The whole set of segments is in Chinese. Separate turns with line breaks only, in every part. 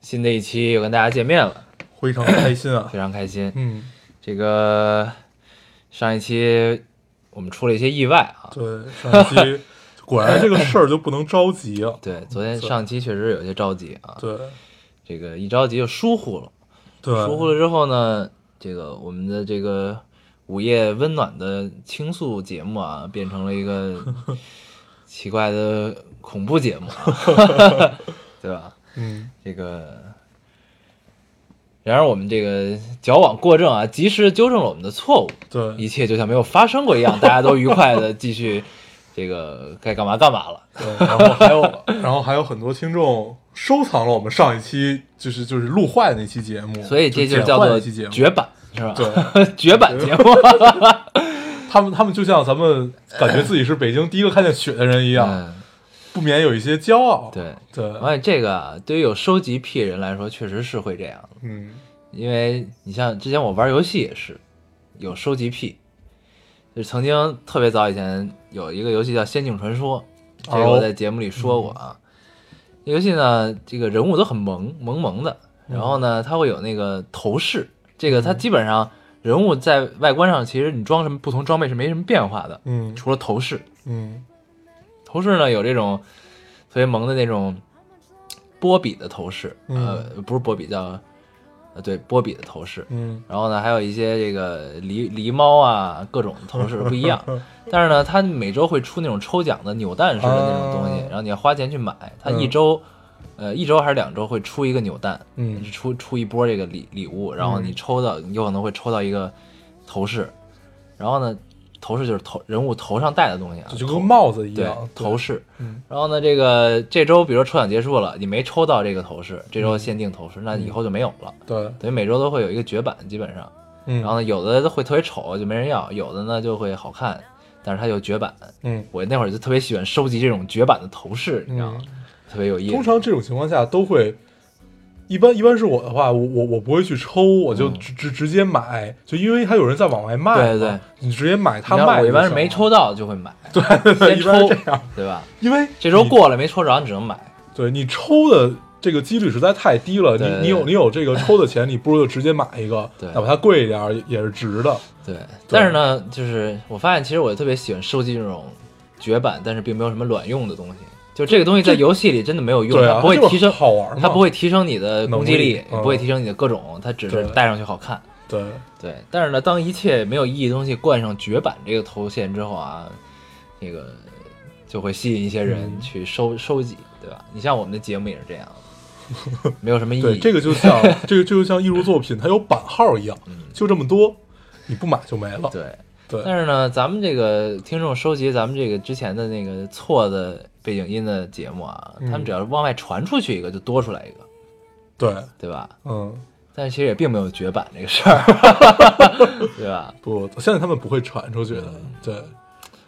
新的一期又跟大家见面了，
非常开心啊
非。常开心。
嗯，
这个上一期我们出了一些意外啊，
对，上一 期果然这个事儿就不能着急啊。
对，昨天
是
上期确实有些着急啊，
对
这个一着急就疏忽了，
对，
疏忽了之后呢，这个我们的这个午夜温暖的倾诉节目啊，变成了一个奇怪的恐怖节目啊， 对吧？
嗯，
这个，然而我们这个矫枉过正啊，及时纠正了我们的错误，一
对
切就像没有发生过一样，大家都愉快的继续这个该干嘛干嘛了。
对，然后还有，然后还有很多听众收藏了我们上一期就是就是录坏的那期节目，
所以这
就
就叫
剪坏
做
那期节目。
绝版，是吧？
对，
绝版节目。
他们他们就像咱们感觉自己是北京第一个看见雪的人一样，
嗯，
不免有一些骄傲。
对。
对，
而且这个啊，对于有收集癖人来说，确实是会这样的，
嗯，
因为你像之前我玩游戏也是有收集癖，就是曾经特别早以前有一个游戏叫《仙境传说》，这个我在节目里说过啊。这游戏呢，这个人物都很萌萌萌的，然后呢，它会有那个头饰，这个它基本上人物在外观上，其实你装什么不同装备是没什么变化的，
嗯
除了头饰。
嗯
头饰呢有这种特别萌的那种波比的头饰，呃，不是波比叫呃对波比的头饰，
嗯
然后呢，还有一些这个狸狸猫啊，各种头饰不一 样。但是呢，它每周会出那种抽奖的扭蛋式的那种东西，
啊
然后你要花钱去买。它
嗯
一周，呃，一周还是两周会出一个扭蛋，
嗯
出出一波这个礼礼物，然后你抽到，你有可能会抽到一个头饰，然后呢，头饰就是头人物头上戴的东西啊，
就跟
头
帽子一
对
样，
头饰。
嗯
然后呢，这个这周比如说抽奖结束了，你没抽到这个头饰，这
嗯
周限定头饰，那以后就没有了。
对，
等于每周都会有一个绝版，基本上。
嗯，
然后呢，有的会特别丑，就没人要；有的呢就会好看，但是它有绝版。
嗯，
我那会儿就特别喜欢收集这种绝版的头饰，你知道吗？特别有意
通
思。
常这种情况下都会，一般一般是我的话，我我我不会去抽，我就直直直接买，就因为还有人在往外卖嘛，
嗯对对对
你直接买他
你看
卖，
我一般是没，抽到就会 买，对，先
一般是
抽
这样，
对吧？
因为
这周
你，
过了没抽着，你只能买。
对你抽的。这个几率实在太低了，
对对
你你有
对
你有这个抽的钱，你不如就直接买一个，
对
哪怕它贵一点儿也也是值的。
对，但是呢，就是我发现其实我特别喜欢收集这种绝版，但是并没有什么卵用的东西。就这个东西在游戏里真的没有用，
对
它
啊，
不会
就是
提升，
好玩嘛，
它不会提升你的攻击力，
能力
也不会
嗯
提升你的各种，它只是
对
戴上去好看。
对，
对，但是呢，当一切没有意义的东西冠上“绝版”这个头衔之后啊，那个就会吸引一些人去收、收集，对吧？你像我们的节目也是这 样，没有什么意义。
对，这个 就像这个这个就像艺术作品，它有版号一样，就这么多，你不买就没了。
嗯对
对，
但是呢，咱们这个听众收集咱们这个之前的那个错的背景音的节目啊，
嗯
他们只要往外传出去一个，就多出来一个，
对，
对吧？
嗯，
但是其实也并没有绝版这个事儿， 对 吧？
不，现在他们不会传出去的，对，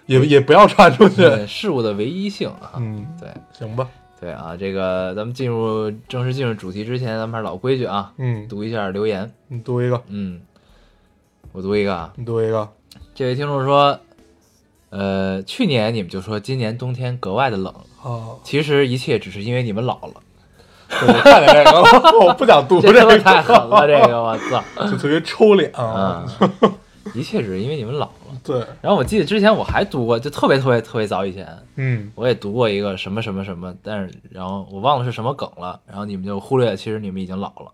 也也不要传出
嗯
去。
对呃事物的唯一性啊，
嗯，
对。
行吧，
对啊，这个咱们进入正式进入主题之前，咱们还是老规矩啊，
嗯，
读一下留言。
你读一个，
嗯，我读一个啊，
你读一个，
这位听众说，呃，去年你们就说今年冬天格外的冷，
啊，
其实一切只是因为你们老了，
我看见这个 了，我不想读
这
这
他妈
个，
太狠了，这个我操，
就特别抽脸啊。
啊，一切只是因为你们老了。
对，
然后我记得之前我还读过，就特别特别特别早以前，
嗯，
我也读过一个什么什么什么，但是然后我忘了是什么梗了，然后你们就忽略，其实你们已经老 了。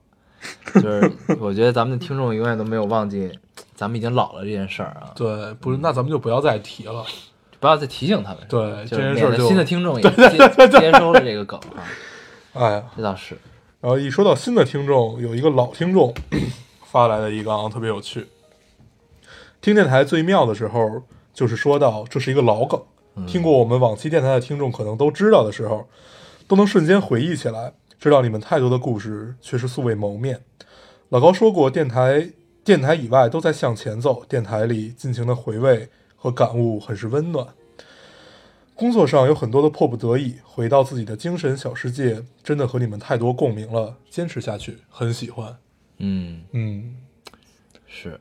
就是我觉得咱们的听众永远都没有忘记咱们已经老了这件事儿啊，
对，不是，那咱们就不要再提了。
不要再提醒他们。
对
就
这
是
件
免
事儿
得
就
新的听众也接接收了这个梗啊，
哎呀，
这倒是。
然后一说到新的听众，有一个老听众 发来的一个啊，特别有趣。听电台最妙的时候，就是说到这是一个老梗，听过我们往期电台的听众可能都知道的时候，都能瞬间回忆起来，知道你们太多的故事，却是素未谋面。老高说过，电台电台以外都在向前走，电台里尽情的回味和感悟，很是温暖。工作上有很多的迫不得已，回到自己的精神小世界，真的和你们太多共鸣了，坚持下去，很喜欢。
嗯，
嗯，
是，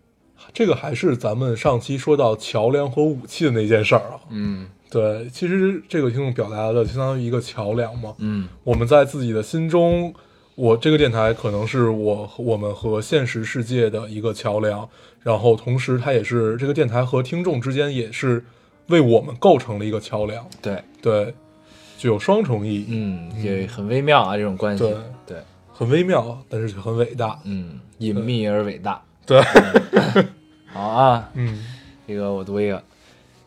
这个还是咱们上期说到桥梁和武器的那件事儿啊。
嗯
对，其实这个听众表达的相当于一个桥梁嘛。
嗯
我们在自己的心中，我这个电台可能是我我们和现实世界的一个桥梁，然后同时它也是这个电台和听众之间也是为我们构成了一个桥梁，
对，
对，具有双重意义，
嗯，也很微妙啊，这种关系，
对
对，
很微妙，但是却很伟大。
嗯，隐秘而伟大。嗯
对，
好啊，
嗯
这个我读一个，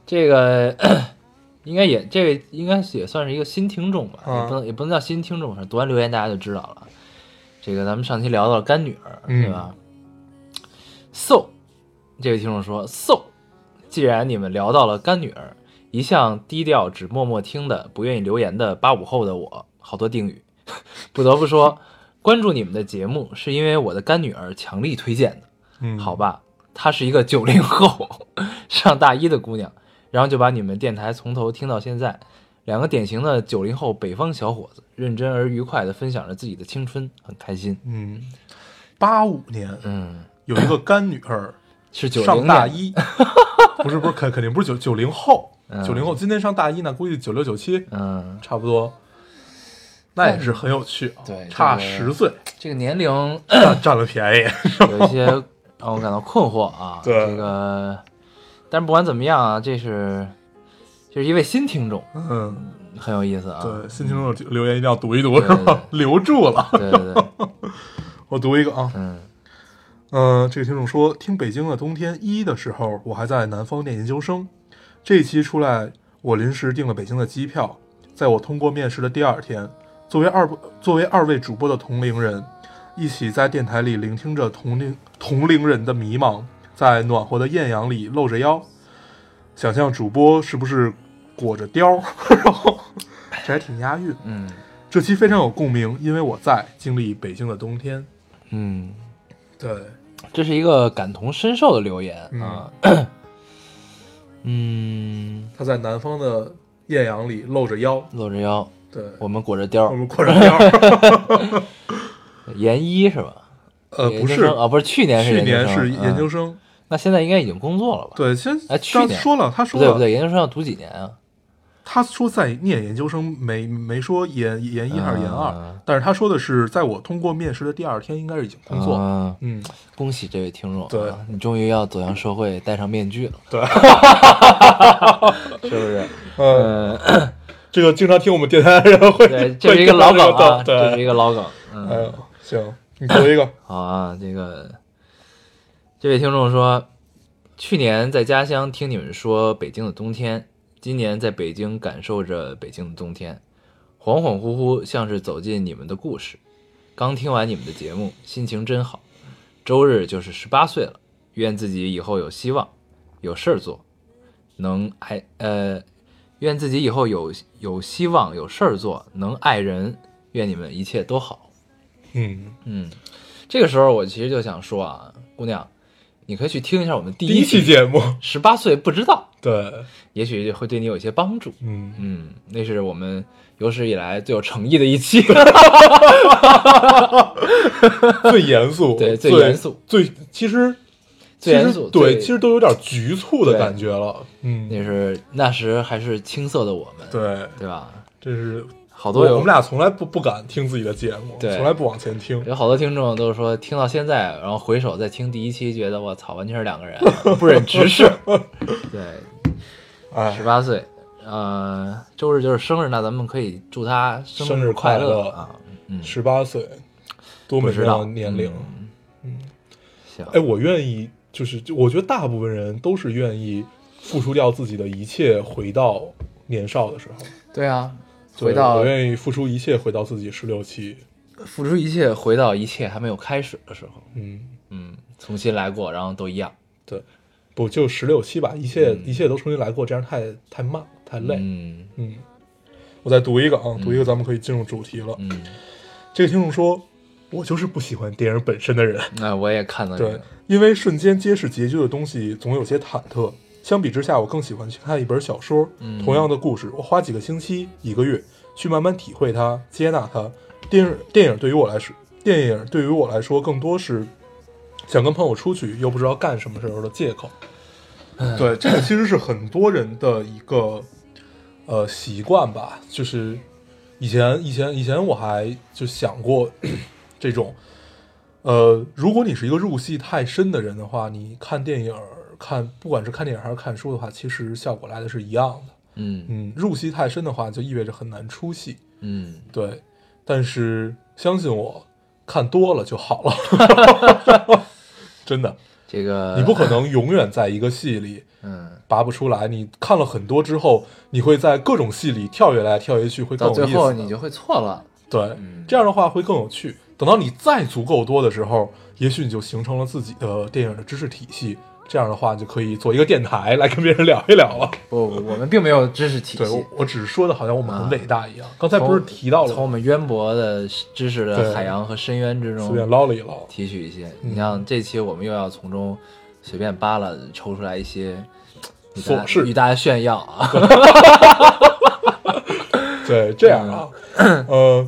这个 应该也这个应该也算是一个新听众吧，
嗯
也不能也不能叫新听众，反正读完留言大家就知道了。这个咱们上期聊到了干女儿，
嗯
对吧？So，这位听众说，So，既然你们聊到了干女儿，一向低调只默默听的、不愿意留言的八五后的我，好多定语， 不得不说，关注你们的节目是因为我的干女儿强力推荐的。
嗯，
好，吧，她是一个九零后， 上大一的姑娘，然后就把你们电台从头听到现在，两个典型的九零后北方小伙子，认真而愉快地分享着自己的青春，很开心。
嗯，八五年
嗯，
有一个干女 儿
是九
上
零
大， 一，不是不是肯肯定不是九九零后
嗯，
九零后今年上大一呢，估计九六九七，
嗯，
差不多，那也是很有趣啊。
对
差
这
十
个
岁
这个年龄
占占了便宜。
有 一些让我感到困惑啊。
对
这个，但是不管怎么样啊，这是这是一位新听众，
嗯，
很有意思啊。
对，新听众留留言一定要读一读，
对
是吧？留住了。
对对对，
我读一个啊，
嗯
嗯、这个听众说，听北京的冬天一的时候，我还在南方念研究生。这一期出来，我临时订了北京的机票。在我通过面试的第二天，作为二作为二位主播的同龄人，一起在电台里聆听着同龄同龄人的迷茫，在暖和的艳阳里露着腰，想象主播是不是裹着貂儿， 然后这还挺押韵。
嗯
这期非常有共鸣，因为我在经历北京的冬天。
嗯。
对，
这是一个感同身受的留言
嗯
啊。嗯，
他在南方的艳阳里露着腰，
露着腰，
对，
我们裹着
我
貂，
们裹 着貂。
研一是吧？
呃，
研
不
究
是
生，啊，不是去年是
去年是
嗯
研究生，
那现在应该已经工作了吧？，
对，其实
哎
刚
去年
说了，他
不
说
对不
了，
对，研究生要读几年啊？
他说在念研究生，没没说研研一还是研二
嗯，
但是他说的是，在我通过面试的第二天，应该是已经工作。
嗯，
嗯，
恭喜这位听众，
对
啊，你终于要走向社会，戴上面具了，
对，
是不 是？
呃，
嗯，
这个经常听我们电台的人会
对， 这是一个老梗啊，这是一
对，
个老梗。
哎
嗯，
呦，行，你读一 个，
好啊，这个这位听众说，去年在家乡听你们说北京的冬天，今年在北京感受着北京的冬天，恍恍惚惚像是走进你们的故事。刚听完你们的节目，心情真好。周日就是十八岁了，愿自己以后有希望，有事儿做，能爱呃，愿自己以后有有希望，有事儿做，能爱人。愿你们一切都好。
嗯，
嗯，这个时候我其实就想说啊，姑娘，你可以去听一下我们第
第一期
期
节目，
十八岁不知道》，
对，
也许会对你有一些帮助。
嗯。
嗯，那是我们有史以来最有诚意的一 期。
最严肃，
对
最
最严肃，
最其实
最严肃
其实对，
最
其实都有点局促的
对
感觉了。嗯，
那是那时还是青涩的我们，
对，
对吧？
这是
好
我
多
我
有
们俩从来不不敢听自己的节目，
对
从来不往前听。
有好多听众都说听到现在，然后回首再听第一期，觉得我操，完全是两个人， 不忍直视。 对，
哎
十，八岁，呃，周日就是生日，那咱们可以祝他
生日
快
快乐
啊！嗯，
十八岁，多
不
美
知
妙
道
的年龄！
嗯，行，
哎，我愿意，就是就我觉得大部分人都是愿意付出掉自己的一切，回到年少的时候。
对啊，
对
回到
我愿意付出一切，回到自己十六七。
付出一切，回到一切还没有开始的时候，
嗯，
嗯，重新来过，然后都一样，
对，不就十六七吧，一切、一切都重新来过，这样太太慢太累。
嗯
嗯，我再读一个啊，读一个，咱们可以进入主题了。
嗯
这个听众说：“我就是不喜欢电影本身的人。”
那我也看到这
对
个，，
因为瞬间揭示结局的东西总有些忐忑。相比之下，我更喜欢去看一本小说。
嗯
同样的故事，我花几个星期、一个月去慢慢体会它、接纳它。电影电影对于我来说，电影对于我来说更多是想跟朋友出去又不知道干什么时候的借口。对，这个其实是很多人的一个呃习惯吧，就是以前以前以前我还就想过 这种，呃，如果你是一个入戏太深的人的话，你看电影儿看不管是看电影还是看书的话，其实效果来的是一样的。
嗯
嗯，入戏太深的话，就意味着很难出戏。
嗯，
对，但是相信我，看多了就好了。 真的，
这个
你不可能永远在一个戏里
嗯，
拔不出来。你看了很多之后，你会在各种戏里跳跃来跳跃去，会更
到
有意思啊
最
的。
后你就会错乱。
对，
嗯
这样的话会更有趣。等到你再足够多的时候，也许你就形成了自己的电影的知识体系。这样的话，就可以做一个电台来跟别人聊一聊 了。
不不，我们并没有知识体
对我
系，，
我只是说的好像我们很
啊
伟大一样。刚才不是
从
提到
从我
了
们渊博的知识
对
的海洋和深渊之
随便
中
捞了一捞，
提取一些。
嗯
你像这期我们又要从中随便扒拉抽出来一些嗯与大
琐事
与大家炫耀啊。
对，这样啊，
嗯
呃，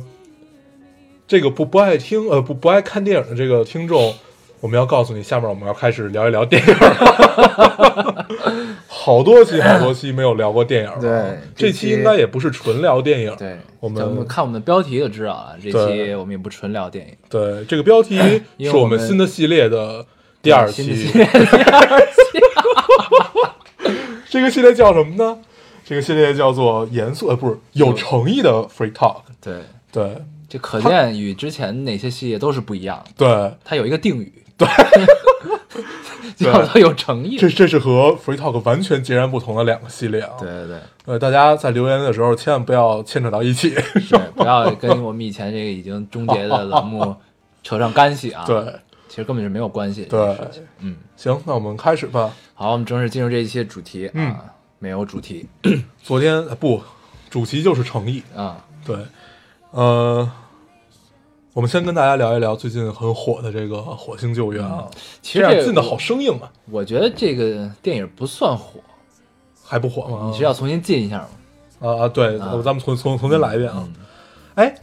这个不不爱听呃不不爱看电影的这个听众，我们要告诉你，下面我们要开始聊一聊 电影了。好多期好多期没有聊过电影了，
对
这
这期
期应该也不是纯聊电影，
对，
我们
咱们看我们的标题就知道了，这期
对
我们也不纯聊电影，
对，这个标题
因为
是我
我
们
们
新的系列的第二
新的
期
系。列第二期，
这个系列叫什么呢？这个系列叫做严肃呃，不是有诚意的 free talk。
对，
对
这可见与之前哪些系列都是不一样的。
对，
它有一个定语， 对，叫
对
做有诚意。
这这是和 free talk 完全截然不同的两个系列啊。
对对对
呃，大家在留言的时候千万不要牵扯到一起。
对，不要跟我们以前这个已经终结的栏目扯上干系啊。，
对
其实根本就没有关系。
对，
嗯，
行，那我们开始吧。
好，我们正式进入这一期的主题啊，
嗯
没有主题
昨天呃不，主题就是诚意。
啊，
对，呃，我们先跟大家聊一聊最近很火的这个《火星救援》啊，
其实
这
这
样
个
进的好生硬啊，
我觉得这个电影不算火，
还不火吗？
你是要重新进一下吗？
嗯啊啊，对，
啊嗯
咱们重重重新来一遍啊。哎，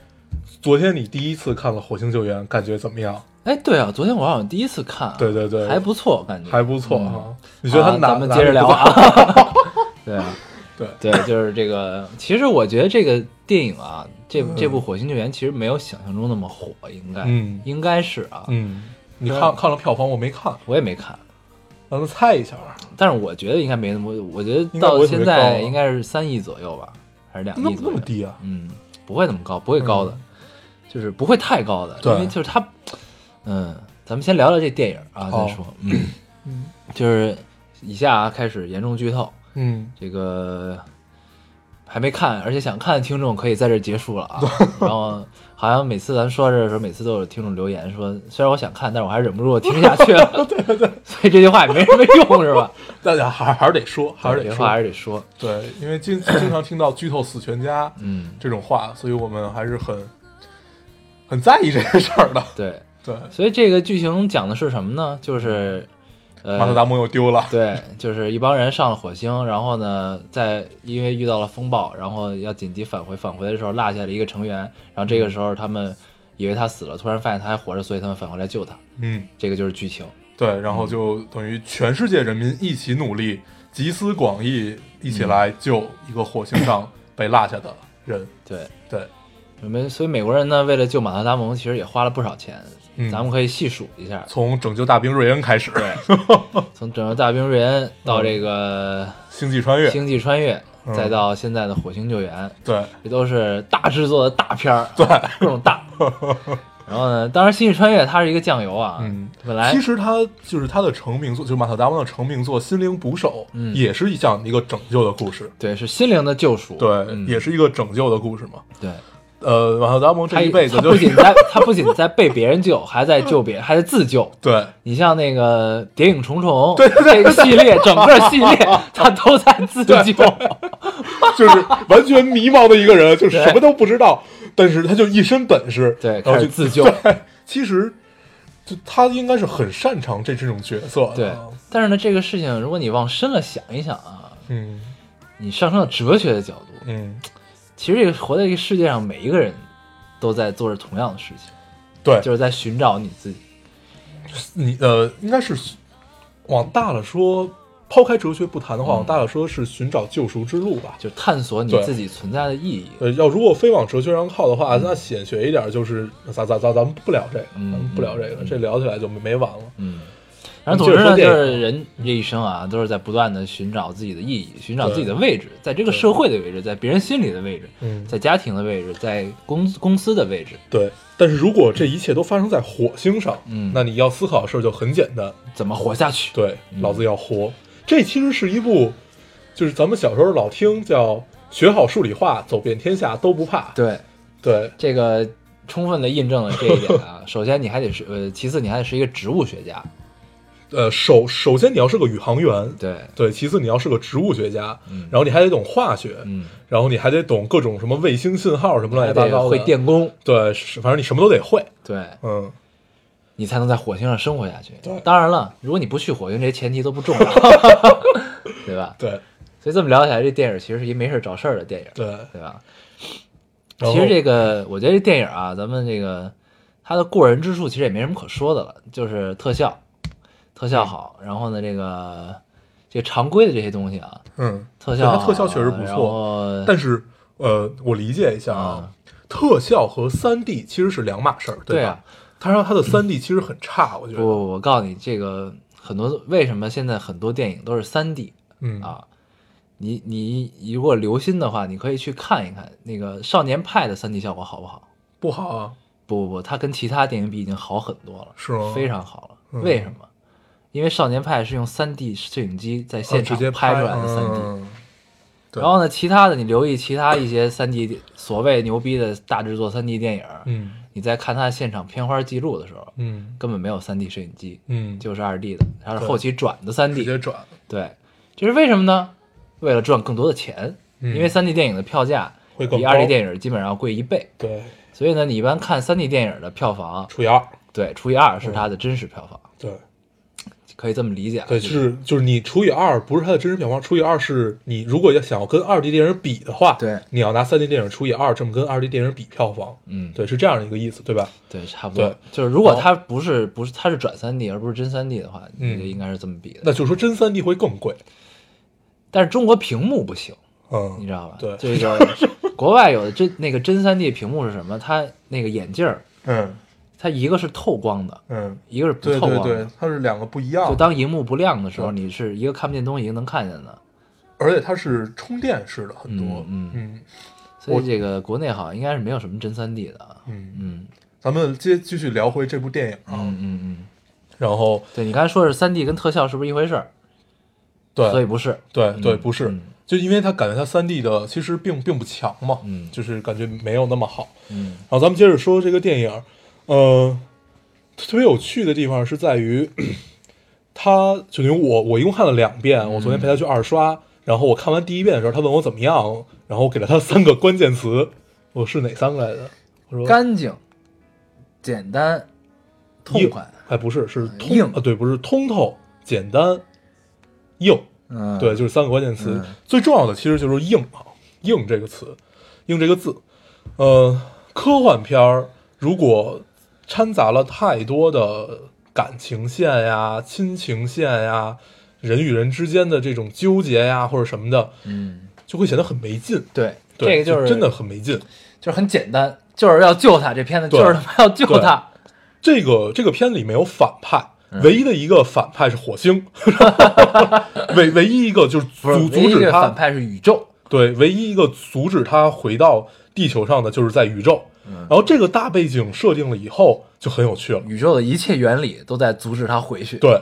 昨天你第一次看了《火星救援》，感觉怎么样？
哎，对啊，昨天我好像第一次看、啊，
对对对
还不错，感觉
还不错
嗯
啊。你觉得他
啊
哪？
咱们
哪
接着
里
聊
不错。
啊。 对啊，
对
对，就是这个。其实我觉得这个电影啊，这这部《火星救援》其实没有想象中那么火，应该，
嗯
应该是啊。
嗯，你
对
看看了票房，我没看，
我也没看，
咱们猜一下啊。
但是我觉得应该没那么，我觉
该
得
不
到
会特别
现
高啊
在应该是三亿左右吧，还是两
那
亿
么
左
那
右？
么低啊？
嗯，不会那么高，不会高的，就是不会太高的，
对
因为就是它，嗯，咱们先聊聊这电影啊，
好
再说，嗯，就是以下啊开始严重剧透，
嗯，
这个还没看，而且想看的听众可以在这儿结束了 啊。然后好像每次咱说到这儿的时候，每次都有听众留言说，虽然我想看，但是我还忍不住听下去了。 对对对，所以这句话也没什么用，是吧？
大家还还是得说，还是
这
得
句话还
说。
是得说，
对，因为经经常听到剧透死全家
嗯，
这种话，所以我们还是很很在意这个事儿的。
对。
对，
所以这个剧情讲的是什么呢？就是，呃，
马特达蒙又丢了。
对，就是一帮人上了火星，然后呢，在因为遇到了风暴，然后要紧急返回，返回的时候落下了一个成员，然后这个时候他们以为他死了，突然发现他还活着，所以他们返回来救他，
嗯，
这个就是剧情。
对，然后就
嗯
等于全世界人民一起努力，集思广益，一起来救一个火星上被落下的人。
对，
对，
我们所以美国人呢，为了救马特达蒙，其实也花了不少钱，
嗯
咱们可以细数一下，
从拯救大兵瑞恩开始，
从拯救大兵瑞恩到这个
星际穿越，
星际穿越，
嗯
再到现在的火星救援，
对，
这都是大制作的大片儿，对，各种 大。然后呢，当然《星际穿越》它是一个酱油啊，
嗯
本来
其实他就是他的成名作，就是马特·达蒙的成名作《心灵捕手》，
嗯
也是讲一个拯救的故事，
对是心灵的救赎，
对，
嗯
也是一个拯救的故事嘛。
对。
呃，马特·达蒙这
他
一辈子
他
就
不仅
是
在他不仅在被别人救，还在救别人，还在自救。
对
你像那个《谍影重 重》这个系列，整个系列他都在自救。
就是完全迷茫的一个人，就是
对
什么都不知道，但是他就一身本事，
对，
然
开
后就
始自救，
对， 其实就他应该是很擅长这这种角色的。
对。但是呢，这个事情如果你往深了想一想啊，
嗯
你上升到哲学的角度，
嗯，
其实这个活在这个世界上，每一个人都在做着同样的事情，
对，
就是在寻找你自己。
你呃，应该是往大了说，抛开哲学不谈
嗯
的话，往大了说是寻找救赎之路吧。
就探索你
对
自己存在的意义。
呃，要如果非往哲学上靠的话，那显学一点就是，咱咱咱咱们不聊这个，
嗯
咱们不聊这个，
嗯
这聊起来就没没完了。
嗯，然后总
就是
之
说
呢，就
这
是人这一生啊，都是在不断的寻找自己的意义，寻找
对
自己的位置，在这个
对
社会的位置，在别人心里的位置，
嗯
在家庭的位置，在公公司的位置。
对，但是如果这一切都发生在火星上，
嗯
那你要思考的事儿就很简单，
怎么活下去？
对，老
嗯
子要活。这其实是一部，就是咱们小时候老听叫“学好数理化，走遍天下都不怕”
对，
对。
这个充分的印证了这一点 啊。首先，你还得是呃，其次你还得是一个植物学家，
呃，首首先你要是个宇航员，
对，
对，其次你要是个植物学家，
嗯
然后你还得懂化学，
嗯，
然后你还得懂各种什么卫星信号什么乱
还
七八
得
糟的，
会电工，
对，是反正你什么都得会。
对
嗯，
你才能在火星上生活下去
对。
当然了，如果你不去火星，这些前提都不重要， 对吧？
对
所以这么聊起来，这电影其实是一没事找事儿的电影，
对。
对吧？
然后
其实这个，我觉得这电影啊，咱们这个它的过人之处其实也没什么可说的了，就是特效，特效好，然后呢，这个这常规的这些东西啊，
嗯，
特效
对
好
它特效确实不错，
然后
但是呃，我理解一下啊，特效和三 D 其实是两码事儿，
对
吧
啊？
他说他的三 D 其实很差，我觉
不，
得，
我告诉你，这个很多为什么现在很多电影都是三 D
嗯，
啊？你你你如果留心的话，你可以去看一看那个《少年派》的三 D 效果好不好？
不好啊，
不不不，它跟其他电影比已经好很多了，
是吗
非常好了。
嗯
为什么？因为《少年派》是用 3D 摄影机在
啊
现
直
场
接
拍出来的 3D，、
嗯对
然后呢，其他的你留意其他一些 3D 所谓牛逼的大制作 3D 电影，
嗯
你在看它的现场片花记录的时候，
嗯
根本没有 3D 摄影机，
嗯，
就是 2D 的，它是
对
后期转的
直
3D。
接转，
对，这是为什么呢？为了赚更多的钱，
嗯
因为 3D 电影的票价
会
比
更高
2D 电影基本上要贵一倍，
对，
所以呢，你一般看 3D 电影的票房
除以二，
对，除以二是它的真实票房，
对
可以这么理解啊。
对，
就
就是是就是你除以二不是它的真实票房，除以二是你如果要想要跟二 D 电影比的话，
对
你要拿三 D 电影除以二，这么跟二 D 电影比票房，
嗯，
对，是这样的一个意思，对吧？
对，差不多
对。
就是如果
好
它不是不是它是转三 D 而不是真三 D 的话，
嗯
你就应该是这么比的。
那就是说真三 D 会更贵，
但是中国屏幕不行，
嗯，
你知道吧？
对
这个国外有的真那个真三 D 屏幕是什么？它那个眼镜儿，
嗯
它一个是透光的，
嗯，
一个是不
对
透
对
光的。
对，它是两个不一样
就
的，
当荧幕不亮的时候，
对
你是一个看不见东西，一个能看见的。
而且它是充电式的很多，
嗯
嗯
所
我
以这个国内好像应该是没有什么真三 D 的啊。
嗯，
嗯
咱们接继续聊回这部电影啊，
嗯嗯嗯，
然后
对你刚才说是三 D 跟特效是不是一回事儿？
对，
所以不是。
对对，
嗯
不是
嗯，
就因为他感觉他三 D 的其实并并不强嘛，
嗯
就是感觉没有那么好。
嗯。
然后咱们接着说这个电影，呃，特别有趣的地方是在于， 他就等于我我一共看了两
嗯
遍，我昨天陪他去二刷，然后我看完第一遍的时候，他问我怎么样，然后我给了他三个关键词，我是哪三个来着？我说
干净、简单、痛
硬
快。
哎，不是，是通
硬
啊，对，不是通透、简单、硬，
嗯，
对，就是三个关键词。
嗯
最重要的其实就是“硬”啊，“硬”这个词，“硬”这个字。呃，科幻片儿如果掺杂了太多的感情线呀、亲情线呀、人与人之间的这种纠结呀或者什么的，
嗯，
就会显得很没劲。
对，
对，
这个就是
真的很没劲。
就是很简单，就是要救他。这片子
对
就是他妈要救他。
这个这个片里没有反派，
嗯
唯一的一个反派是火 星，唯唯一一个就是
不是
阻，
唯
阻
一
止
的
他
反派是宇宙。
对，唯一一个阻止他回到地球上的就是在宇宙。然后这个大背景设定了以后就很有趣了。
宇宙的一切原理都在阻止他回去。，
对，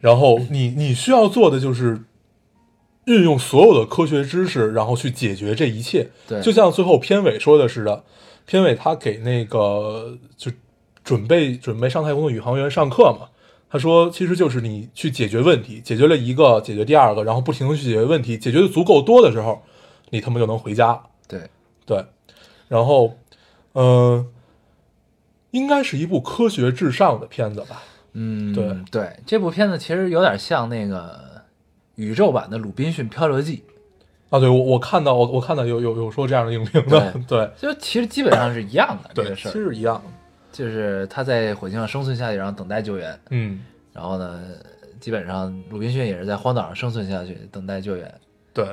然后你 你需要做的就是运用所有的科学知识，然后去解决这一切。
对
就像最后片尾说的似的，片尾他给那个就准备准备上太空的宇航员上课嘛。他说：“其实就是你去解决问题，解决了一个，解决第二个，然后不停的去解决问题，解决的足够多的时候，你他妈就能回家。
对，
对，然后呃，应该是一部科学至上的片子吧。
嗯，
对
对，这部片子其实有点像那个宇宙版的《鲁滨逊漂流记
啊，对我我看到我我看到有有有说这样的影评的，对》，
就其实基本上是一样的这
对，
个
其
事
实
儿，
是一样的。
就是他在火星上生存下去，然后等待救援，
嗯，
然后呢，基本上鲁滨逊也是在荒岛上生存下去，等待救援，
对，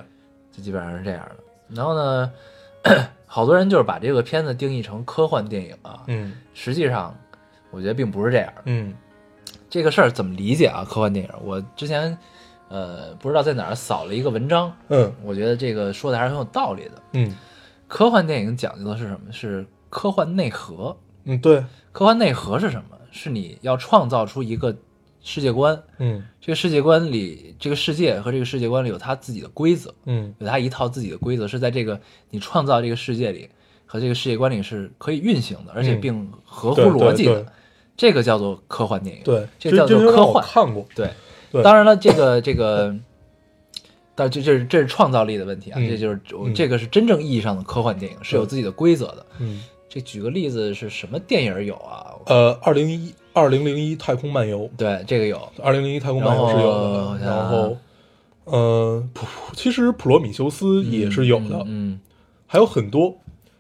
就基本上是这样的。然后呢， 好多人就是把这个片子定义成科幻电影啊，
嗯
实际上我觉得并不是这样的。
嗯
这个事儿怎么理解啊？科幻电影，我之前呃不知道在哪儿扫了一个文章，
嗯
我觉得这个说的还是很有道理的。
嗯
科幻电影讲究的是什么？是科幻内核。
嗯，对，
科幻内核是什么？是你要创造出一个世界观，
嗯
这个世界观里，这个世界和这个世界观里有它自己的规则，
嗯
有它一套自己的规则，是在这个你创造这个世界里和这个世界观里是可以运行的，而且
嗯
并合乎
对
逻
对
辑
对
的。这个叫做科幻电影。
对，
这
这
叫做
这
科
让我
幻
看过，
对，
对
当然了，这个 这个，但这这是这是创造力的问题啊，
嗯
这就是我
嗯
这个是真正意义上的科幻电影，是有自己的规则的。
嗯，
这举个例子是什么电影有啊？
呃，二零一二零零一太空漫游，
对，这个有，
二零零一太空漫游是有的，
然后
然后，呃，普其实普罗米修斯也是有的，
嗯，
还有很多。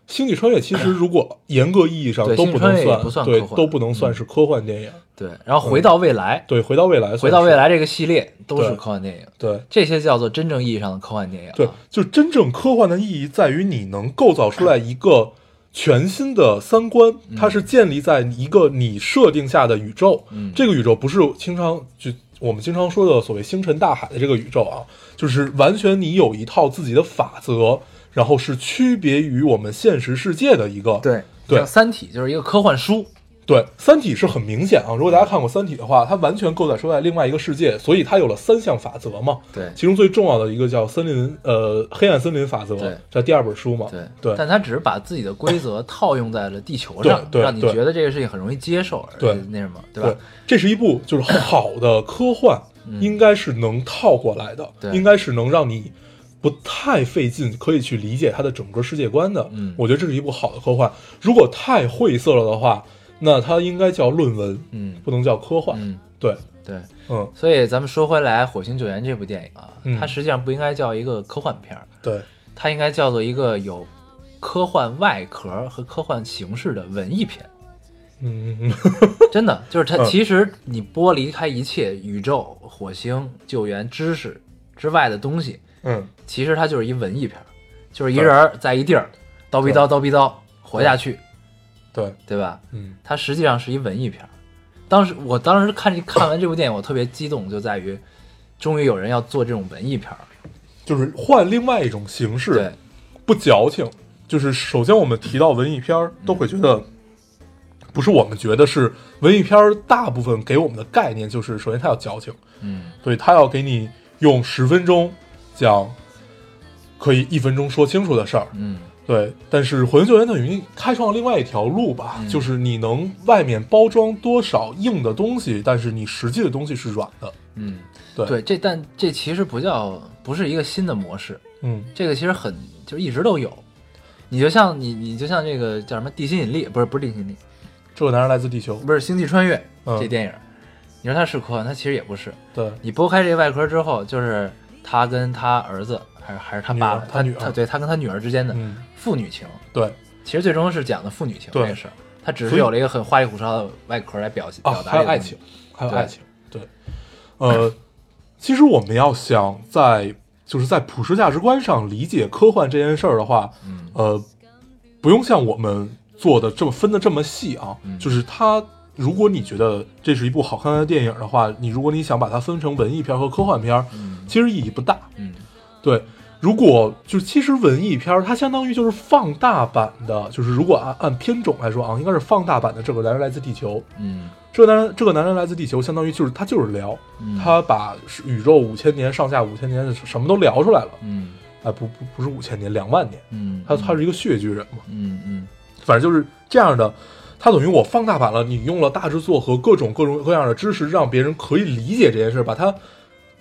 星际穿越其实如果严格意义上
对
都
星际
不
穿
能
越也不算
对
科幻嗯
都不能算是科幻电影。
对。然后回到未来，
对，回到未来，
回到未，来这个系列都是
对
科幻电影，
嗯对
这些叫做真正意义上的科幻电影啊。
对，就真正科幻的意义在于你能构造出来一个全新的三观，它是建立在一个你设定下的宇宙。
嗯
这个宇宙不是经常就我们经常说的所谓星辰大海的这个宇宙啊，就是完全你有一套自己的法则，然后是区别于我们现实世界的一个
对
对
像《三体》就是一个科幻书，
对，《三体》是很明显啊。如果大家看过《三体》的话，它完全构造出来另外一个世界，所以它有了三项法则嘛。
对
其中最重要的一个叫森林，呃，黑暗森林法则
对，
在第二本书嘛。
对
对
但他只是把自己的规则套用在了地球
对
上，
对
让你
对
觉得这个事情很容易接受，而
对
且那什么，对吧？嗯
对，这是一部就是好的科幻，应该是能套过来的，
对
应该是能让你不太费劲，可以去理解它的整个世界观的。
嗯
我觉得这是一部好的科幻。如果太晦涩了的话，那它应该叫论文，
嗯
不能叫科幻。
嗯，
对，
对，
嗯，
所以咱们说回来，《火星救援》这部电影啊，
嗯
它实际上不应该叫一个科幻片儿，
对，
它应该叫做一个有科幻外壳和科幻形式的文艺片。
嗯嗯
真的，就是它
嗯
其实你剥离开一切宇宙、火星、救援、知识之外的东西，
嗯
其实它就是一文艺片儿，就是一人儿在一地儿叨逼叨叨逼叨活下去，
对，
对吧？
嗯
它实际上是一文艺片儿。当时我当时看看完这部电影，我特别激动，就在于终于有人要做这种文艺片儿了。，
就是换另外一种形式
对，，
不矫情。就是首先我们提到文艺片儿，都会觉得不是我们觉得是文艺片儿，大部分给我们的概念就是，首先它要矫情，
嗯，
对，它要给你用十分钟讲可以一分钟说清楚的事儿，
嗯，
对。但是《火星救援》等于开创了另外一条路吧，
嗯
就是你能外面包装多少硬的东西，但是你实际的东西是软的，
嗯，
对
对，这但这其实不叫不是一个新的模式，
嗯
这个其实很就是一直都有。你就像你你就像这个叫什么地心引力，不是不是地心引力，
这个男人来自地球，
不是星际穿越、
嗯
这电影，你说它是科幻，它其实也不是。
对，
你剥开这外壳之后，就是他跟他儿子，还是还是他爸爸
女儿，他女儿
他对他跟他女儿之间的
嗯，
父女情，
对。
其实最终是讲的父女情
对
这个事儿，它只
所
是
以
有了一个很花里胡哨的外壳来表现、
啊，
表达
还有
这个
爱
东西
情，，还有
对
爱情，对，呃，其实我们要想在就是在普世价值观上理解科幻这件事儿的话，
嗯
呃，不用像我们做的这么分的这么细啊，
嗯
就是它。如果你觉得这是一部好看的电影的话，你如果你想把它分成文艺片和科幻片儿，其实意义不大。
嗯
对，如果就其实文艺片儿，它相当于就是放大版的，就是如果按按片种来说啊，应该是放大版的《这个男人来自地球》。
嗯
这个男人，这个男人来自地球，相当于就是他就是聊，
嗯
他把宇宙五千年上下五千年的什么都聊出来了。
嗯
哎，不不不是五千年，两万年。
嗯，
他他是一个血巨人嘛，
嗯嗯
反正就是这样的。他等于我放大版了，你用了大制作和各种各种各样的知识，让别人可以理解这件事，把它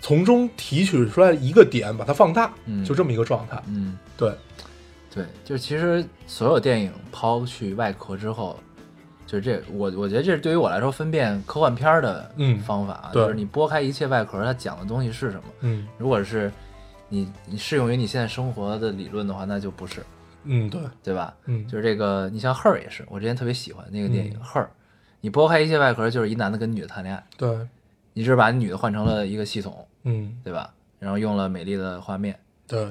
从中提取出来一个点，把它放大，
嗯
就这么一个状态。
嗯，
对，
对，就是其实所有电影抛去外壳之后，就是这我我觉得这是对于我来说分辨科幻片儿的
嗯
方法啊，
对
就是你拨开一切外壳，它讲的东西是什么。
嗯
如果是你你适用于你现在生活的理论的话，那就不是，
嗯，对，
对吧？
嗯
就是这个，你像《Her》也是，我之前特别喜欢那个电影《Her》，你拨开一切外壳，就是一男的跟女的谈恋爱，
对，
你只是把女的换成了一个系统，
嗯
对吧？然后用了美丽的画面，
对，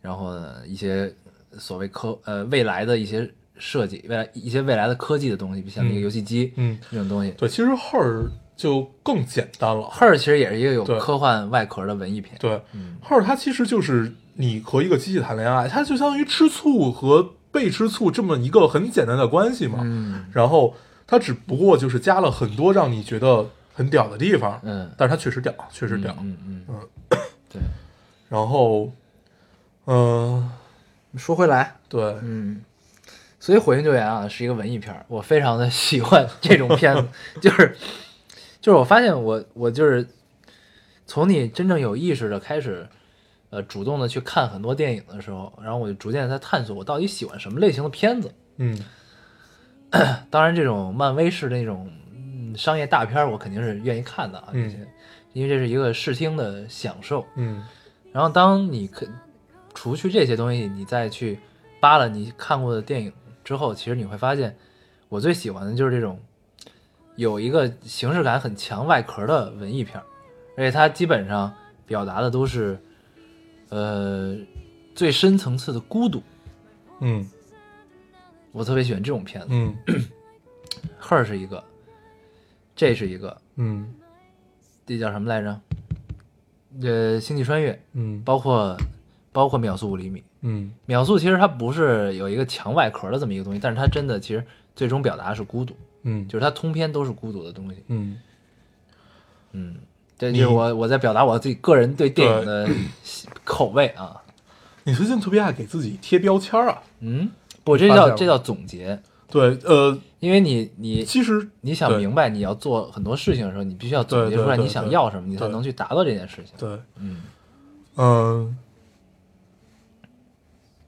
然后呢一些所谓科呃未来的一些设计，未来一些未来的科技的东西，像那个
嗯
游戏机
嗯
那种东西。
对，其实 her 就更简单了。
Her 其实也是一个有
对
科幻外壳的文艺片，
对
嗯
，her 它其实就是你和一个机器谈恋爱，它就相当于吃醋和被吃醋这么一个很简单的关系嘛。
嗯
然后它只不过就是加了很多让你觉得很屌的地方，
嗯，
但是它确实屌，确实屌。
嗯嗯嗯，对。
然后，嗯、
说回来，
对，
嗯，所以《火星救援》啊是一个文艺片儿，我非常的喜欢这种片子，就是就是我发现我我就是从你真正有意识的开始，呃，主动的去看很多电影的时候，然后我就逐渐地在探索我到底喜欢什么类型的片子。
嗯
当然，这种漫威式的那种、嗯、商业大片儿，我肯定是愿意看的啊，这些，因为这是一个视听的享受。
嗯
然后当你可除去这些东西，你再去扒拉你看过的电影之后，其实你会发现，我最喜欢的就是这种有一个形式感很强外壳的文艺片儿，而且它基本上表达的都是呃最深层次的孤独。
嗯
我特别喜欢这种片子，
嗯
《Her》是一个，这是一个，
嗯
这叫什么来着？呃，《星际穿越》，
嗯
包括包括《秒速五厘米》，
嗯
秒速其实它不是有一个强外壳的这么一个东西，但是它真的其实最终表达的是孤独，
嗯
就是它通篇都是孤独的东西。
嗯，
嗯，这
你
就是我我在表达我自己个人对电影的口味啊。
你最近特别爱给自己贴标签儿啊？
嗯，不，这
发现
叫
了
这叫总结，
对，呃，
因为你你
其实
你想
对
明白你要做很多事情的时候，你必须要总结
对对
出来
对
你想
对
要什么，你才
对
能去达到这件事情。
对，
嗯
嗯，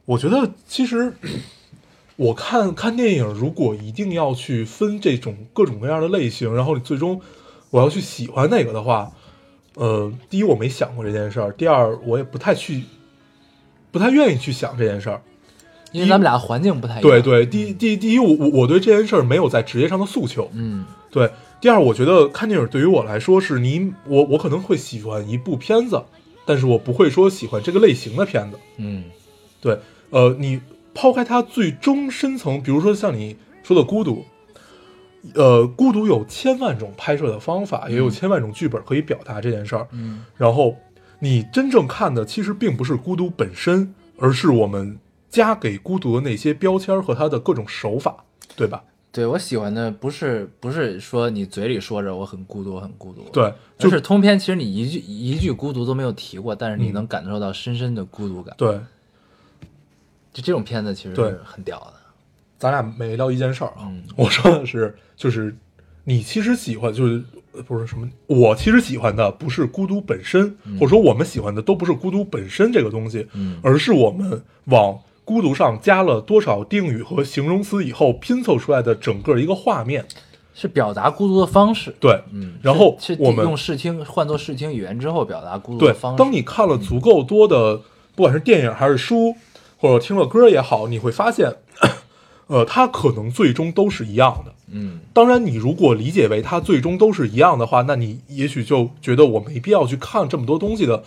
我觉得其实我看看电影，如果一定要去分这种各种各样的类型，然后你最终我要去喜欢哪个的话，呃，第一我没想过这件事儿，第二我也不太去，不太愿意去想这件事儿。
因为咱们俩环境不太一样。
对，对，第第第一，我我我对这件事儿没有在职业上的诉求，
嗯
对，第二，我觉得看电影对于我来说是你我我可能会喜欢一部片子，但是我不会说喜欢这个类型的片子。
嗯
对，呃，你抛开它最终深层，比如说像你说的孤独，呃，孤独有千万种拍摄的方法，也有千万种剧本可以表达这件事儿。
嗯
然后你真正看的其实并不是孤独本身，而是我们加给孤独的那些标签儿和它的各种手法，对吧？
对我喜欢的不是不是说你嘴里说着我很孤独，我很孤独。
对，就
而是通篇，其实你一句一句孤独都没有提过，但是你
嗯
能感受到深深的孤独感。
对，
就这种片子其实
对啊
是很屌的。
咱俩没聊一件事儿啊。
嗯
我说的是，就是你其实喜欢，就是呃不是什么，我其实喜欢的不是孤独本身，或者说我们喜欢的都不是孤独本身这个东西，
嗯
而是我们往孤独上加了多少定语和形容词以后拼凑出来的整个一个画面。
是表达孤独的方式。，
对，
嗯，
然后
是是
我们
用视听换作视听语言之后表达孤独
对
的方，式。
当你看了足够多的，不管是电影还是书，或者听了歌也好，你会发现， 呃，它可能最终都是一样的。
嗯
当然，你如果理解为它最终都是一样的话，那你也许就觉得我没必要去看这么多东西的，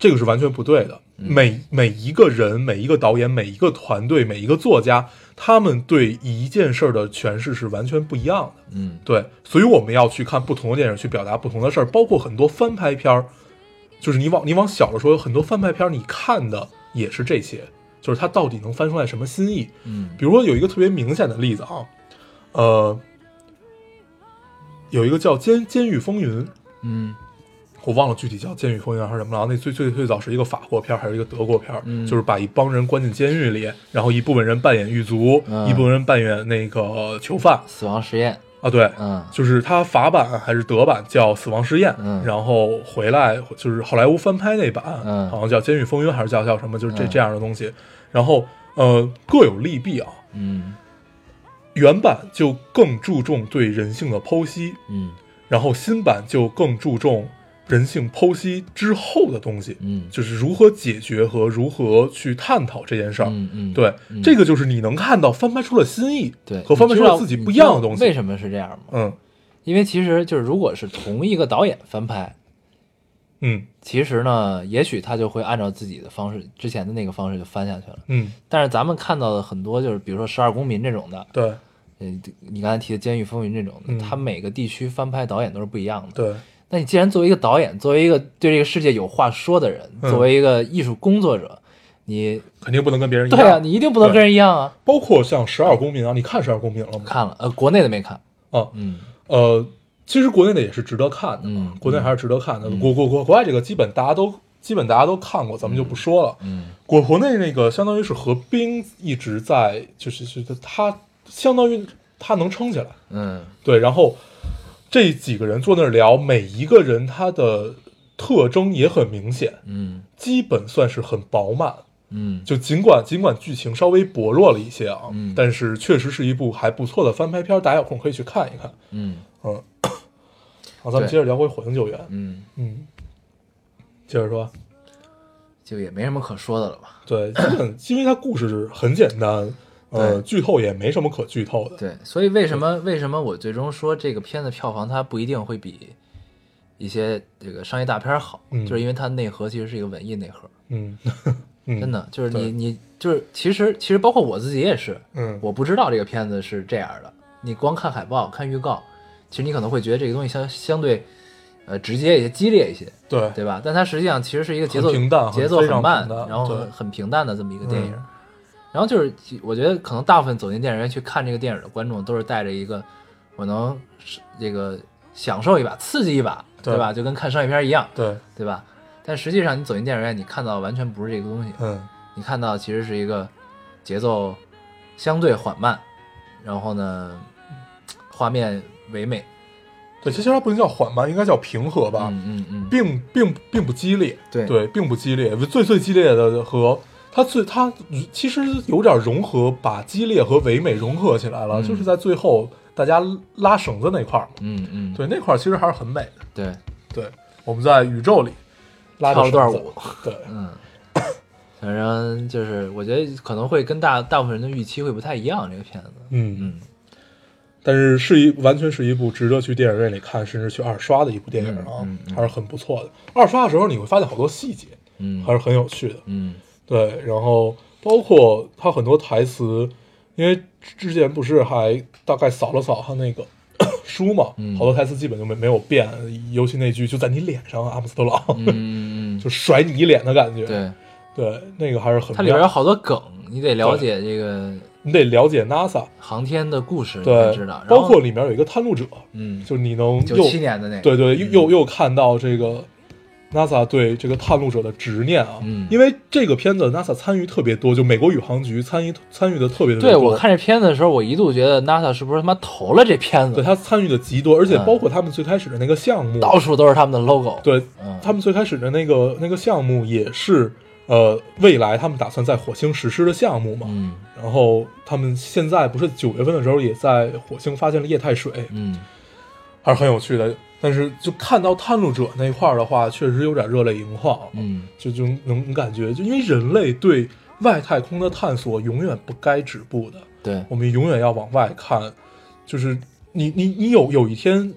这个是完全不对的。每每一个人、每一个导演、每一个团队、每一个作家，他们对一件事儿的诠释是完全不一样的。
嗯
对，所以我们要去看不同的电影，去表达不同的事儿，包括很多翻拍片儿，就是你往你往小了说，很多翻拍片儿你看的也是这些，就是它到底能翻出来什么新意。
嗯
比如说有一个特别明显的例子啊，呃，有一个叫监《监狱风云》，
嗯
我忘了具体叫《监狱风云》还是什么了。那最最最早是一个法国片儿还是一个德国片儿？
嗯
就是把一帮人关进监狱里，然后一部分人扮演狱卒，
嗯
一部分人扮演那个囚犯
死亡实验。
啊。对，
嗯
就是他法版还是德版叫《死亡实验》，
嗯
然后回来就是好莱坞翻拍那版，
嗯
好像叫《监狱风云》还是叫叫什么，就是这、
嗯
这样的东西。然后呃，各有利弊啊。
嗯
原版就更注重对人性的剖析，
嗯
然后新版就更注重人性剖析之后的东西，
嗯
就是如何解决和如何去探讨这件事儿。
嗯嗯，
啊对，
嗯
这个就是你能看到翻拍出了新意，
对，
和翻拍
你
出
知道
了自己不一样的东
你知道为
西。
什么是这样吗？
嗯
因为其实就是如果是同一个导演翻拍，
嗯
其实呢，也许他就会按照自己的方式，之前的那个方式就翻下去了。
嗯，
但是咱们看到的很多就是，比如说《十二公民》这种的，
对
呃，你刚才提的《监狱风云》这种
嗯
的，他每个地区翻拍导演都是不一样的。
对，
那你既然作为一个导演，作为一个对这个世界有话说的人，
嗯
作为一个艺术工作者，你
肯定不能跟别人一
对啊，
样。
你一定不能
对
跟人一样啊。
包括像《十二公民》啊，你看《十二公民》了吗？
看了，呃，国内的没看，
啊，
嗯
呃，其实国内的也是值得看的嘛，
嗯
国内还是值得看的。国国国国外这个基本大家都基本大家都看过，咱们就不说了。
嗯
国国内那个相当于是何冰一直在，就是就是他相当于他能撑起来，
嗯
对，然后这几个人坐那儿聊，每一个人他的特征也很明显，
嗯
基本算是很饱满。
嗯
就尽管尽管剧情稍微薄弱了一些啊，
嗯
但是确实是一部还不错的翻拍片儿，大家有空可以去看一看。
嗯
嗯，好，咱们
对
接着聊回《火星救援》。
嗯，
嗯，接着说，
就也没什么可说的了吧？
对，基本因为它故事很简单，呃，
对
剧透也没什么可剧透的。
对，所以为什么为什么我最终说这个片子票房它不一定会比一些这个商业大片儿好，
嗯
就是因为它内核其实是一个文艺内核，
嗯，嗯
真，的就是
对
你你就是其实其实包括我自己也是，
嗯，
我不知道这个片子是这样的，你光看海报看预告，其实你可能会觉得这个东西相相对呃直接一些激烈一些，
对，
对吧？但它实际上其实是一个节奏
很平淡
节奏
很非常
很慢，
平淡
然后
对
很很平淡的这么一个电影。
嗯
然后就是我觉得可能大部分走进电影院去看这个电影的观众都是带着一个我能是这个享受一把、刺激一把，
对
对吧？就跟看商业片一样，
对，
对吧？但实际上你走进电影院，你看到完全不是这个东西，
嗯，
你看到其实是一个节奏相对缓慢，然后呢画面唯美
对，其实它不能叫缓慢，应该叫平和吧，
嗯嗯嗯，
并并并不激烈，
对
对，并不激烈。最最激烈的和它最它其实有点融合，把激烈和唯美融合起来
嗯
了，就是在最后大家拉绳子那块儿嘛，
嗯嗯
对，那块儿其实还是很美的。
对，
对，我们在宇宙里拉着
跳了段
绳子
舞，
对，
嗯，反正就是我觉得可能会跟大大部分人的预期会不太一样，这个片子，
嗯，
嗯，
但是是一完全是一部值得去电影院里看，甚至去二刷的一部电影啊，
嗯嗯嗯
还是很不错的。二刷的时候你会发现好多细节，
嗯
还是很有趣的。
嗯
对，然后包括他很多台词，因为之前不是还大概扫了扫他那个 书嘛，
嗯
好多台词基本就没没有变，尤其那句就在你脸上，阿姆斯特朗，
嗯嗯，
就甩你一脸的感觉。
对，
对，那个还是很
它里边有
妙
好多梗，你得了解这个
你得了解 NASA，
航天的故事，你才
对
知道，，然后
包括里面有一个探路者，
嗯，
就你能
九
又
七年的那个，
对对，又又又看到这个 NASA 对这个探路者的执念啊，
嗯
因为这个片子 NASA 参与特别多，就美国宇航局参与参与的特别特别多。
对我看这片子的时候，我一度觉得 NASA 是不是他妈投了这片
对
子？
他参与的极多，而且
嗯
包括他们最开始的那个项目，
到处都是他们的 logo。，
对
嗯，
他们最开始的那个那个项目也是呃未来他们打算在火星实施的项目嘛。
嗯
然后他们现在不是九月份的时候也在火星发现了液态水，
嗯
还是很有趣的。但是就看到探路者那块儿的话，确实有点热泪盈眶，啊
嗯，
就就能感觉，就因为人类对外太空的探索永远不该止步的。
对，
我们永远要往外看，就是你你你有有一天，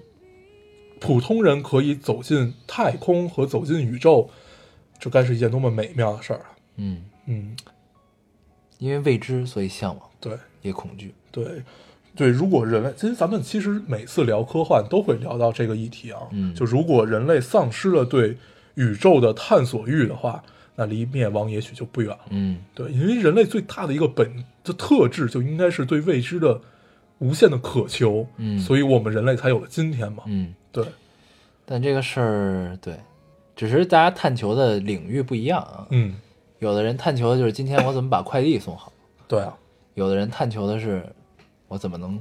普通人可以走进太空和走进宇宙，这该是一件多么美妙的事儿啊！
嗯，
嗯，
因为未知，所以向往，
对
也恐惧。
对对，如果人类，其实咱们其实每次聊科幻都会聊到这个议题啊，
嗯
就如果人类丧失了对宇宙的探索欲的话，那离灭亡也许就不远了。
嗯
对，因为人类最大的一个本的特质就应该是对未知的无限的渴求，
嗯
所以我们人类才有了今天嘛。
嗯，
对，
但这个事儿，对，只是大家探求的领域不一样啊。
嗯，
有的人探求的就是今天我怎么把快递送好，
对啊，
有的人探求的是我怎么能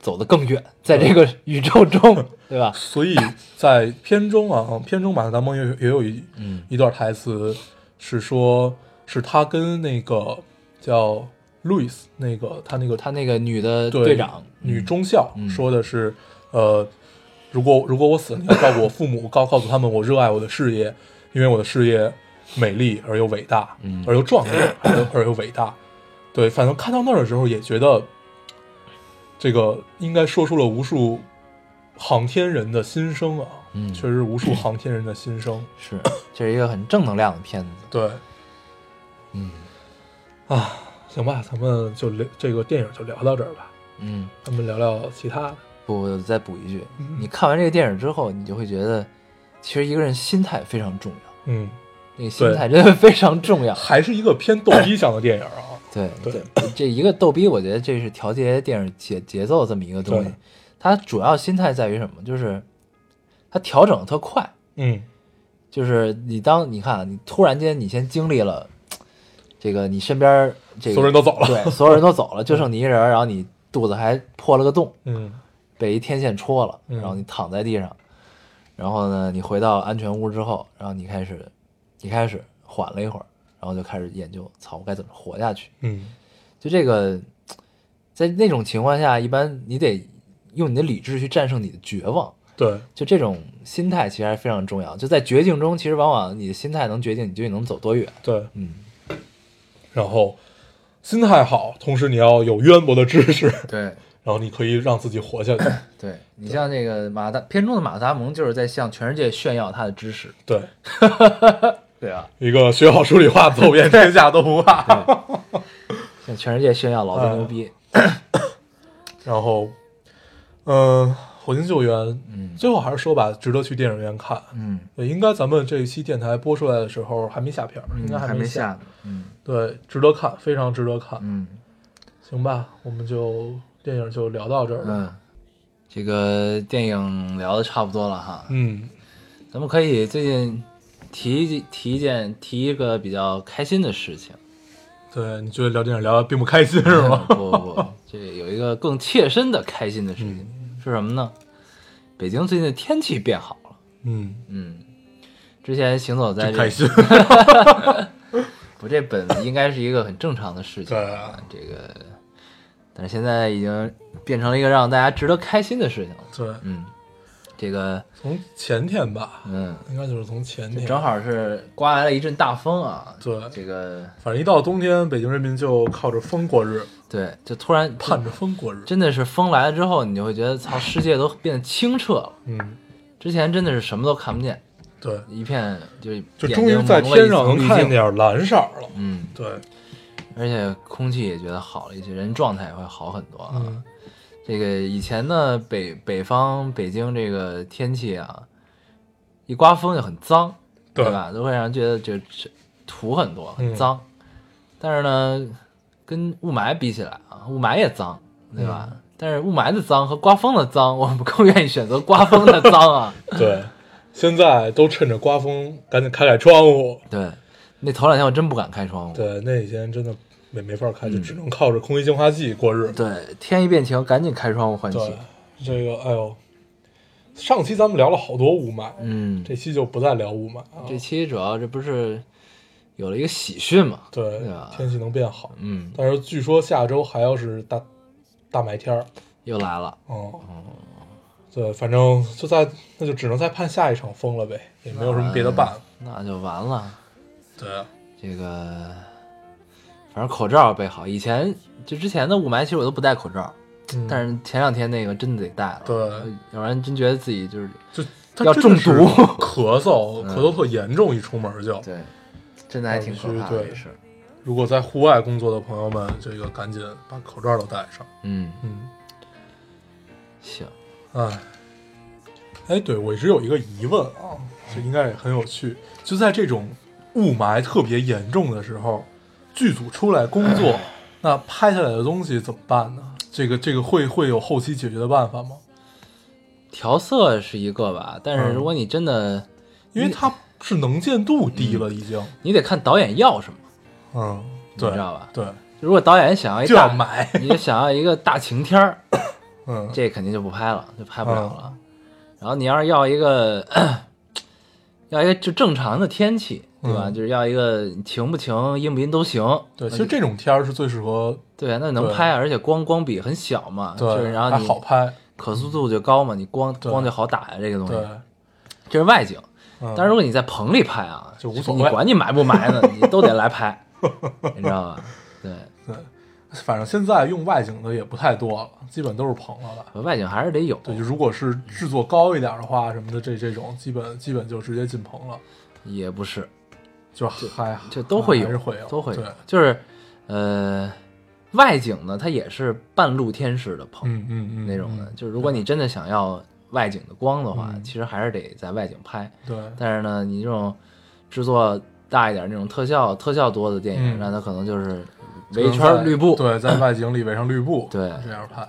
走得更远，在这个宇宙中，对吧？
所以在片中啊，片中马特·达蒙也也有一
嗯
一段台词是说，是他跟那个叫 Louis，那个他那个
他那个女的
对
队长，
女中校
嗯
说的是，呃，如果如果我死了，你要照顾我父母，告告诉他们我热爱我的事业，因为我的事业美丽而又伟大，
嗯
而又壮烈而又而又伟大。对，反正看到那儿的时候也觉得，这个应该说出了无数航天人的心声啊，
嗯
确实是无数航天人的心声。
是，这是一个很正能量的片子。
对，
嗯
啊，行吧，咱们就聊这个电影就聊到这儿吧，
嗯，
咱们聊聊其他的。
不，我再补一句，
嗯
你看完这个电影之后，你就会觉得，其实一个人心态非常重要，
嗯，
那个心态真的非常重要。
还是一个偏逗逼向的电影啊。
对
对
这一个逗逼，我觉得这是调节电影节节奏这么一个东西
对。
它主要心态在于什么？就是它调整得特快，
嗯，
就是你当你看啊，你突然间你先经历了这个，你身边儿这个
所有人都走了
对，所有人都走 了，就剩你一人儿，然后你肚子还破了个洞，
嗯
被一天线戳了，
嗯
然后你躺在地上，然后呢，你回到安全屋之后，然后你开始，你开始缓了一会儿，然后就开始研究，操，我该怎么活下去？
嗯，
就这个，在那种情况下，一般你得用你的理智去战胜你的绝望，
对
就这种心态其实还是非常重要。就在绝境中，其实往往你的心态能决定你究竟能走多远。
对，
嗯，
然后心态好，同时你要有渊博的知识，
对
然后你可以让自己活 下去。
对，你像这个马达片中的马达蒙就是在向全世界炫耀他的知识，
对，
对啊，
一个学好数理化，走遍天下都不 怕。
向全世界炫耀老子牛逼。
然后，嗯、火星救援，嗯，最后还是说吧，值得去电影院看。
嗯
对，应该咱们这一期电台播出来的时候还没下片儿，应该
嗯还
没
下呢。嗯
对，值得看，非常值得看。
嗯
行吧，我们就电影就聊到这儿吧。
嗯，这个电影聊的差不多了哈，
嗯
咱们可以最近提一提一件提一个比较开心的事情，
对，你觉得聊电影聊的并不开心是吗？
不不不，这有一个更切身的开心的事情、
嗯
是什么呢？北京最近的天气变好了，
嗯，
嗯，之前行走在
真
这
开心。
不，这本应该是一个很正常的事情。
对啊，
这个，但是现在已经变成了一个让大家值得开心的事情了。
对，
嗯，这个，
从前天吧，
嗯，
应该就是从前天，
正好是刮来了一阵大风啊。
对
这个
反正一到冬天，北京人民就靠着风过日，
对，就突然
盼着风过日。
真的是风来了之后，你就会觉得操，世界都变得清澈了。
嗯，
之前真的是什么都看不见，
对，
一片就
就
眼
终于
睛
在
蒙了一
天上
层
能
滤
看
镜
见点蓝色了。
嗯，
对，
而且空气也觉得好了一些，人状态也会好很多啊。
嗯
这个以前呢，北北方北京这个天气啊，一刮风就很脏，
对
吧？都会让人觉得就这土很多，很
嗯
脏。但是呢，跟雾霾比起来啊，雾霾也脏，对吧？
嗯
但是雾霾的脏和刮风的脏，我们更愿意选择刮风的脏 啊。
对，现在都趁着刮风，赶紧开开窗户。
对，那头两天我真不敢开窗户。
对，那几天真的没没法开，就只能靠着空气净化器过日。
对，天一变晴，赶紧开窗户换气
对。，这个哎呦，上期咱们聊了好多雾霾，
嗯，
这期就不再聊雾霾啊。
这期主要这不是有了一个喜讯嘛？
对
对吧
天气能变好，
嗯，
但是据说下周还要是大大霾天儿。
又来了。
哦、对，反正就在那就只能再盼下一场风了呗，也没有什么别的办法。
那就完了。
对，
这个，反正口罩备好。以前就之前的雾霾，其实我都不戴口罩，
嗯
但是前两天那个真的得戴了，
对
要不然真觉得自己就是
就它
要
真的
中
是
毒 嗯
咳嗽，咳嗽特严重，一出门就。
对，真的还挺可怕
必须
的
嗯对
这事儿。
如果在户外工作的朋友们，这个赶紧把口罩都戴上。
嗯，
嗯，
行，
哎，哎，对我一直有一个疑问啊，
哦
这应该也很有趣。就在这种雾霾特别严重的时候，剧组出来工作，
哎
那拍下来的东西怎么办呢？这个这个会会有后期解决的办法吗？
调色是一个吧，但是
嗯
如果你真的，
因为它是能见度
嗯
低了，已经。
你得看导演要什么。
嗯，对，
你知道吧
对，
如果导演想要一
就要
大，
买。
你就想要一个大晴天儿，
嗯，
这肯定就不拍了，就拍不了
啊
了。然后你要是要一个要一个就正常的天气，对吧？就是要一个情不情、阴不阴都行。
嗯对，其实这种天儿是最适合，
对，那能拍啊，而且光光比很小嘛，
对，
嗯就是然后
还
你
好拍，
可塑度就高嘛，你光
对
光就好打呀，这个东西
对，。
这是外景，
嗯
但是如果你在棚里拍啊，
就无所
你
谓
管你埋不埋 呢，你都得来拍，你知道吧？对，
对，反正现在用外景的也不太多了，基本都是棚了吧。
外景还是得有，
对，就如果是制作高一点的话，什么的，这这种基本基本就直接进棚了，
也不是，
就还
就都会有，
还是会有，
都会有哦
对，，
就是呃，外景呢，它也是半露天式的棚、
嗯嗯嗯，
那种的，
嗯
就是如果你真的想要外景的光的话，
嗯
其实还是得在外景拍，
对
但是呢，你这种制作大一点那种特效特效多的电影，
嗯
那它可能就是
就
围一
是在
圈绿布，
对，在外景里围上绿布，
对
这样拍。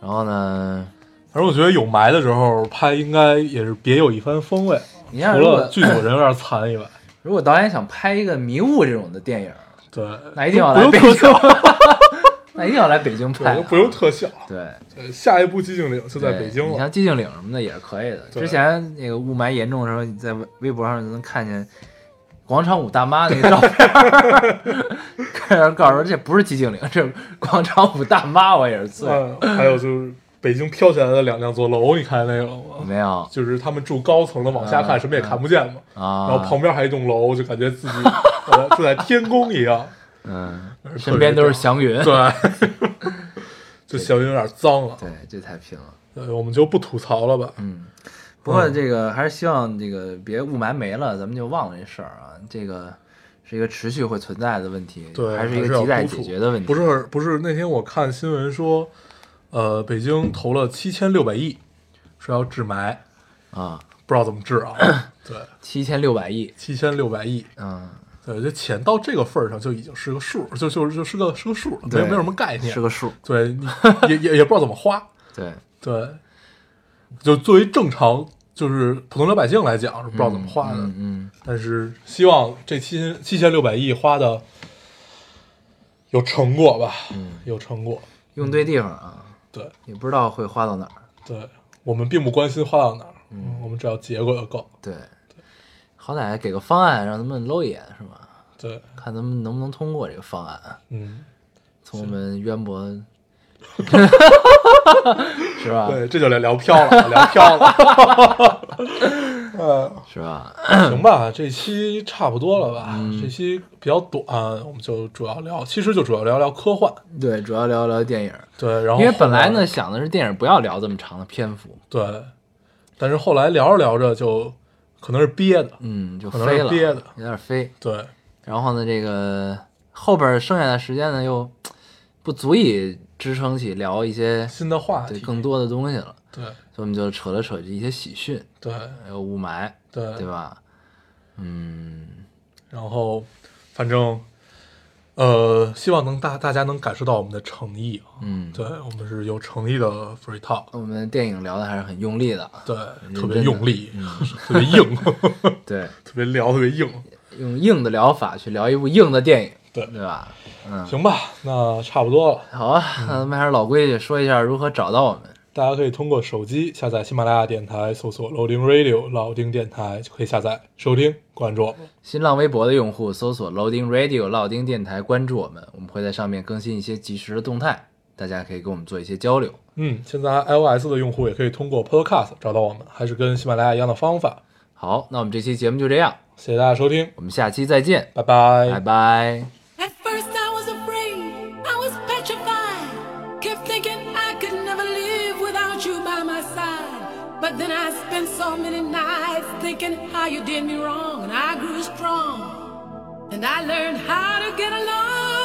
然后呢，
反正我觉得有埋的时候拍，应该也是别有一番风味。
你
除
像如果
了剧组人有点残 以外，
如果导演想拍一个迷雾这种的电影，
对，
那一定要
不
来
用
北
特
京
效，，
那一定要来北京拍、
对，
啊，
不用特效。
对，
对，下一部《寂静岭》就在
对
北京
你
了。
像寂静岭什么的也是可以的。
对
之前那个雾霾严重的时候，你在微微博上就能看见广场舞大妈那个照片儿，看人 告诉说这不是寂静岭，这是广场舞大妈，我也是醉。了。
嗯，还有就是北京飘起来的两两座楼，你看那个了吗？
没有
就是他们住高层的，往下看
嗯
什么也看不见嘛。
啊，
然后旁边还有一栋楼，就感觉自己 呃住在天宫一样。
嗯，身边都是祥云，
对， 就小云有点脏了。
对，这太拼了。
对，我们就不吐槽了吧。
嗯，不过这个还是希望这个别雾霾没了，咱们就忘了这事儿啊。这个是一个持续会存在的问题，
对，
还是一个
要
亟待
督促
解决的问题。
不是不是，那天我看新闻说，呃，北京投了七千六百亿，说要治霾，
啊，
不知道怎么治 啊。对，
七千六百亿，
七千六百亿，
嗯，
对，这钱到这个份儿上就已经是个数，就就就是个是个数了，没
对
有没有什么概念。
是个数，
对，你也也也不知道怎么花。
对，
对，就作为正常就是普通老百姓来讲是不知道怎么花的，
嗯嗯，
但是希望这七七千六百亿花的有成果吧，
嗯
有成果。
用对地方啊，
对
也不知道会花到哪儿，
对，我们并不关心花到哪儿，嗯，我们只要结果就够。
对，好歹给个方案让他们搂一眼是吧？
对，
看咱们能不能通过这个方案，
嗯，
从我们渊 博，是吧？
对，这就聊聊飘 了，聊飘了。呃，
是吧？
行吧，这期差不多了吧？
嗯
这期比较短，我们就主要聊，其实就主要聊聊科幻。
对，主要聊聊电影，
对，然后
因为本来
后
呢想的是电影不要聊这么长的篇幅，
对，但是后来聊着聊着就可能是憋的，
嗯，就
可能是
飞了，
憋的
有点飞。
对
然后呢，这个后边剩下的时间呢又不足以支撑起聊一些
新的话
对
题，
更多的东西了，
对
所以我们就扯了扯一些喜讯，
对
还有雾霾，
对
对吧？嗯，
然后反正呃，希望能大大家能感受到我们的诚意啊，
嗯
对我们是有诚意的 free talk，
我们电影聊的还是很用力的，啊
对，
认
特
嗯
别
真
用
的嗯
力，特别硬，
对，
特别聊，特别硬。
用硬的疗法去聊一部硬的电影，
对
对吧？嗯，
行吧，那差不多了。
好啊，那咱们还是老规矩，说一下如何找到我们。
大家可以通过手机下载喜马拉雅电台，搜索 Loading Radio 老丁电台就可以下载收听关注我们。
新浪微博的用户搜索 Loading Radio 老丁电台，关注我们，我们会在上面更新一些及时的动态，大家可以跟我们做一些交流。
嗯，现在 iOS 的用户也可以通过 Podcast 找到我们，还是跟喜马拉雅一样的方法。
好，那我们这期节目就这样，
谢谢大家收听，
我们下期再见，
拜拜
拜拜。
At first I was afraid, I was petrified. Kept thinking I could never live without you by my side. But then I spent so many nights thinking how you did me wrong, and I grew strong. And I learned how to get along.